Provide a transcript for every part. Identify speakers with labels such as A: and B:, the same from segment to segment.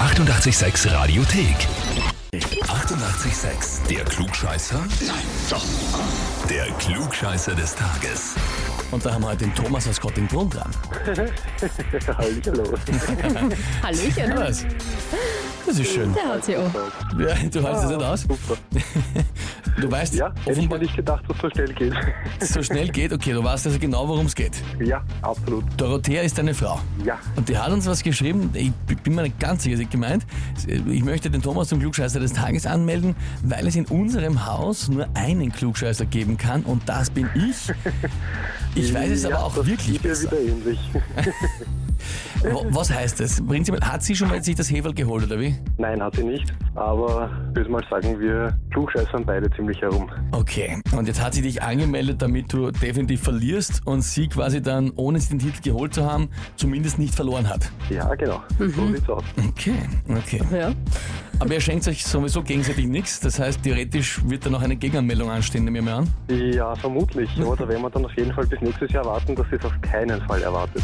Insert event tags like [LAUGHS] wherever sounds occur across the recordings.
A: 886 Radiothek. 88,6. Der Klugscheißer? Nein, doch. Der Klugscheißer des Tages.
B: Und da haben wir heute den Thomas aus Kottingbrunn dran.
C: Hallihallo.
B: Ja,
D: Hallöchen.
B: Das das ist schön.
D: Der hat sie auch.
B: Ja, du hältst es nicht aus.
C: Super.
B: Du weißt
C: Ja, hätte ich mir
B: offenbar,
C: nicht gedacht, dass es so schnell geht. [LAUGHS]
B: so schnell geht. Okay, du weißt also genau, worum es geht.
C: Ja, absolut.
B: Dorothea ist deine Frau.
C: Ja.
B: Und die hat uns was geschrieben, ich b- bin mir nicht ganz sicher, sie hat gemeint, ich möchte den Thomas zum Klugscheißer des Tages anmelden, weil es in unserem Haus nur einen Klugscheißer geben kann und das bin ich. Ich weiß es
C: ja,
B: aber auch
C: das
B: wirklich
C: ist mir
B: besser.
C: wieder ähnlich.
B: Wa- Was heißt das? Prinzipiell hat sie schon mal sich das Hevel geholt, oder wie?
C: Nein, hat sie nicht. Aber ich würde mal sagen, wir klugscheißern beide ziemlich herum.
B: Okay, und jetzt hat sie dich angemeldet, damit du definitiv verlierst und sie quasi dann, ohne sie den Titel geholt zu haben, zumindest nicht verloren hat.
C: Ja, genau.
B: Mhm.
C: So sieht's aus.
B: Okay, okay.
D: Ja.
B: Aber ihr schenkt euch sowieso gegenseitig nichts, das heißt, theoretisch wird da noch eine Gegenanmeldung anstehen, nehme ich mal an.
C: Ja, vermutlich.
B: [LAUGHS]
C: Aber da werden wir dann auf jeden Fall bis nächstes Jahr warten, dass sie es auf keinen Fall erwartet.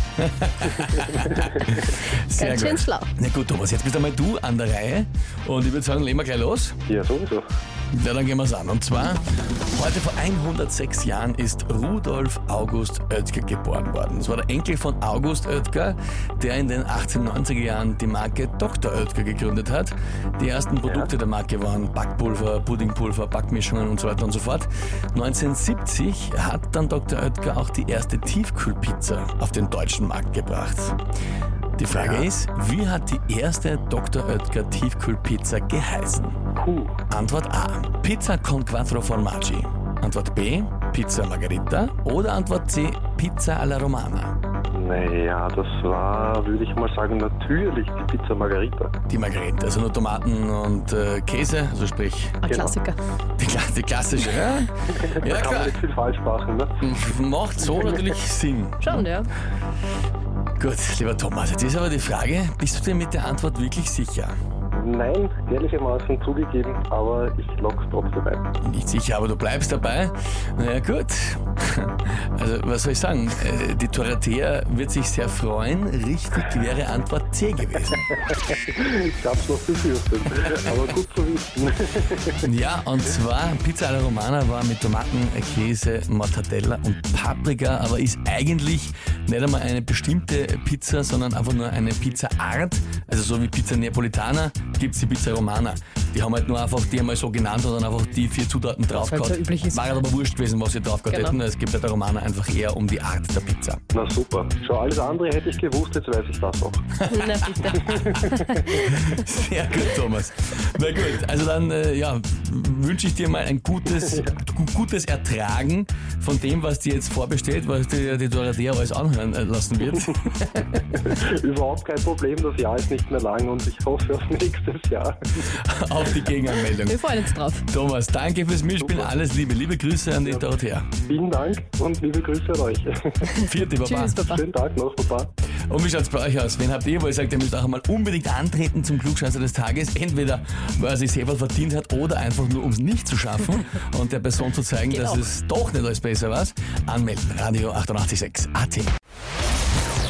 B: Sehr
D: Ganz schön schlau.
B: Na gut, Thomas, jetzt bist einmal du an der Reihe und ich würde sagen, legen wir gleich los.
C: Ja, sowieso.
B: Ja, dann gehen wir es an. Und zwar, heute vor 106 Jahren ist Rudolf August Oetker geboren worden. Das war der Enkel von August Oetker, der in den 1890er Jahren die Marke Dr. Oetker gegründet hat. Die ersten Produkte der Marke waren Backpulver, Puddingpulver, Backmischungen und so weiter und so fort. 1970 hat dann Dr. Oetker auch die erste Tiefkühlpizza auf den deutschen Markt gebracht. Die Frage ist, wie hat die erste Dr. Oetker Tiefkühlpizza geheißen?
C: Puh.
B: Antwort A. Pizza con quattro formaggi. Antwort B. Pizza Margherita. Oder Antwort C. Pizza alla Romana.
C: Naja, das war, würde ich mal sagen, natürlich die Pizza Margarita.
B: Die Margherita, also nur Tomaten und äh, Käse, also sprich
D: Ein Klassiker.
B: die, Kla- die klassische. Ja, [LAUGHS] ja
C: [LAUGHS] Da kann man
B: klar.
C: nicht viel falsch machen, ne?
B: Macht so natürlich Sinn.
D: Schon, ja.
B: Gut, lieber Thomas, jetzt ist aber die Frage, bist du dir mit der Antwort wirklich sicher?
C: Nein, ehrlichermaßen zugegeben, aber ich lock's trotzdem ein.
B: Nicht sicher, aber du bleibst dabei. Na ja, gut. [LAUGHS] Also, was soll ich sagen? Äh, Die Toratea wird sich sehr freuen. Richtig wäre Antwort C gewesen.
C: Ich hab's noch befürchtet, [LAUGHS] aber gut zu wissen.
B: Ja, und zwar Pizza alla Romana war mit Tomaten, Käse, Mortadella und Paprika, aber ist eigentlich nicht einmal eine bestimmte Pizza, sondern einfach nur eine Pizzaart. Also so wie Pizza Neapolitana gibt's die Pizza Romana. Die haben halt nur einfach die einmal so genannt und dann einfach die vier Zutaten draufgehauen.
D: so üblich ist.
B: War halt aber wurscht gewesen, was sie draufgehauen
D: Genau.
B: hätten. Es geht bei der Romana einfach eher um die Art der Pizza.
C: Na super. Schau, alles andere hätte ich gewusst, jetzt weiß ich das auch.
D: Na bitte.
B: [LAUGHS] Sehr gut, Thomas. Na gut, also dann äh, ja, wünsche ich dir mal ein gutes, gu- gutes Ertragen von dem, was dir jetzt vorbestellt, was dir die Dorothea alles anhören äh, lassen wird.
C: Überhaupt kein Problem, das Jahr ist nicht mehr lang und ich hoffe auf [LAUGHS] nächstes Jahr.
B: Auf die Gegenanmeldung.
D: Wir freuen uns drauf.
B: Thomas, danke fürs Mitspielen. Alles Liebe. Liebe Grüße an die Dorothea.
C: Vielen Dank und liebe Grüße an euch.
B: Vierte Baba.
D: Tschüss, Papa.
C: Schönen Tag noch, Baba.
B: Und wie schaut's bei euch aus? Wen habt ihr, wo ihr sagt, ihr müsst auch einmal unbedingt antreten zum Klugscheißer des Tages? Entweder, weil er sich selber verdient hat oder einfach nur, um es nicht zu schaffen und der Person zu zeigen,
D: Geht
B: dass
D: auch.
B: es doch nicht alles besser war. Anmelden, Radio 886 AT.